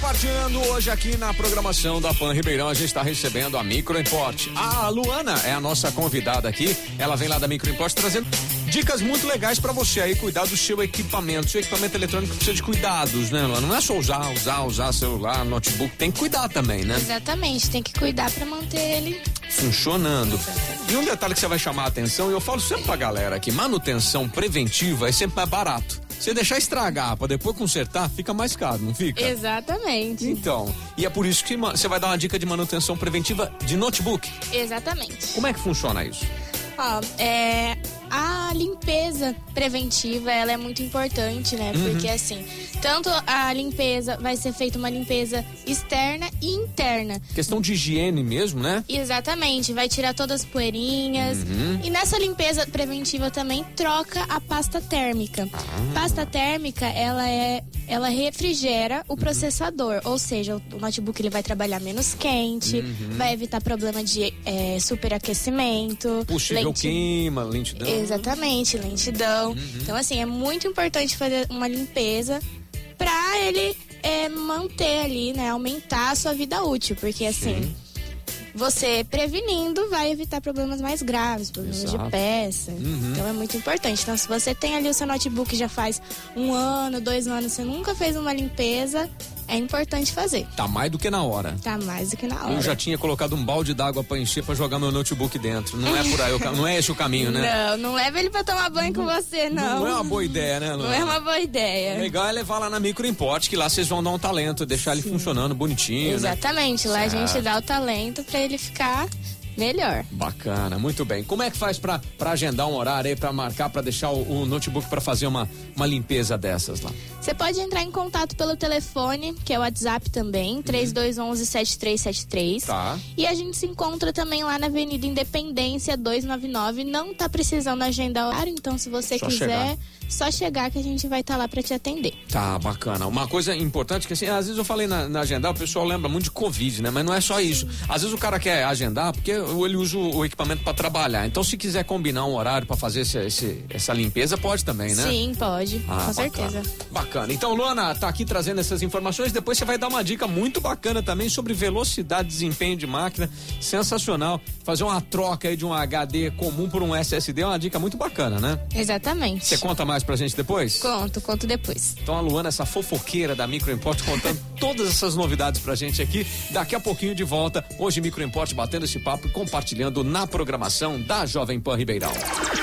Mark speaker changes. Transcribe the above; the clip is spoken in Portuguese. Speaker 1: Fatiando, hoje aqui na programação da Pan Ribeirão, a gente está recebendo a Micro Import. A Luana é a nossa convidada aqui, ela vem lá da Micro Import trazendo dicas muito legais para você aí cuidar do seu equipamento. Seu equipamento eletrônico precisa de cuidados, né, Luana? Não é só usar, usar, usar celular, notebook, tem que cuidar também, né?
Speaker 2: Exatamente, tem que cuidar para manter ele
Speaker 1: funcionando.
Speaker 2: Exatamente.
Speaker 1: E um detalhe que você vai chamar a atenção, e eu falo sempre pra galera que manutenção preventiva é sempre mais barato. Você deixar estragar pra depois consertar, fica mais caro, não fica?
Speaker 2: Exatamente.
Speaker 1: Então, e é por isso que ma- você vai dar uma dica de manutenção preventiva de notebook.
Speaker 2: Exatamente.
Speaker 1: Como é que funciona isso?
Speaker 2: Ó, é, a limpeza preventiva, ela é muito importante, né? Porque assim, tanto a limpeza vai ser feita uma limpeza externa e interna.
Speaker 1: Questão de higiene mesmo, né?
Speaker 2: Exatamente, vai tirar todas as poeirinhas. E nessa limpeza preventiva também troca a pasta térmica. Pasta térmica, ela é ela refrigera o processador, ou seja, o notebook ele vai trabalhar menos quente, vai evitar problema de eh, superaquecimento,
Speaker 1: Possível
Speaker 2: lenti-
Speaker 1: queima, lentidão. Uhum.
Speaker 2: Exatamente, lentidão. Então, assim, é muito importante fazer uma limpeza pra ele é, manter ali, né? Aumentar a sua vida útil. Porque, assim, você prevenindo vai evitar problemas mais graves, problemas
Speaker 1: Exato. Uhum.
Speaker 2: de peça. Então, é muito importante. Então, se você tem ali o seu notebook já faz um ano, dois anos, você nunca fez uma limpeza, é importante fazer.
Speaker 1: Tá mais do que na hora.
Speaker 2: Tá mais do que na hora.
Speaker 1: Eu já tinha colocado um balde d'água pra encher pra jogar meu notebook dentro. Não é por aí, o ca- não é esse o caminho, né?
Speaker 2: Não, não leva ele pra tomar banho com você, não.
Speaker 1: Não é uma boa ideia, né,
Speaker 2: Não
Speaker 1: Luana?
Speaker 2: é uma boa ideia.
Speaker 1: Legal é levar lá na micro Import, que lá vocês vão dar um talento, deixar ele funcionando bonitinho, né?
Speaker 2: Exatamente, lá a gente dá o talento pra ele ficar melhor.
Speaker 1: Bacana, muito bem. Como é que faz pra, pra agendar um horário aí, pra marcar, pra deixar o, o notebook pra fazer uma, uma limpeza dessas lá?
Speaker 2: Você pode entrar em contato pelo telefone, que é o WhatsApp também, 3211-7373.
Speaker 1: Uhum. Tá.
Speaker 2: E a gente se encontra também lá na Avenida Independência 299. Não tá precisando agendar horário, então se você
Speaker 1: Só
Speaker 2: quiser,
Speaker 1: chegar.
Speaker 2: só chegar que a gente vai estar lá pra te atender.
Speaker 1: Tá, bacana. Uma coisa importante que assim, às vezes eu falei na, na agendar, o pessoal lembra muito de Covid, né? Mas não é só isso. Às vezes o cara quer agendar porque ele usa o, o equipamento pra trabalhar. Então, se quiser combinar um horário pra fazer esse- esse- essa limpeza, pode também, né?
Speaker 2: Sim, pode,
Speaker 1: Ah,
Speaker 2: com
Speaker 1: bacana.
Speaker 2: certeza.
Speaker 1: Bacana. Então, Luana, tá aqui trazendo essas informações. Depois você vai dar uma dica muito bacana também sobre velocidade, desempenho de máquina. Sensacional. Fazer uma troca aí de um HD comum por um SSD é uma dica muito bacana, né?
Speaker 2: Exatamente.
Speaker 1: Você conta mais pra gente depois?
Speaker 2: Conto, conto depois.
Speaker 1: Então a Luana, essa fofoqueira da Microimport, contando todas essas novidades pra gente aqui. Daqui a pouquinho de volta. Hoje, Microimport batendo esse papo e compartilhando na programação da Jovem Pan Ribeirão.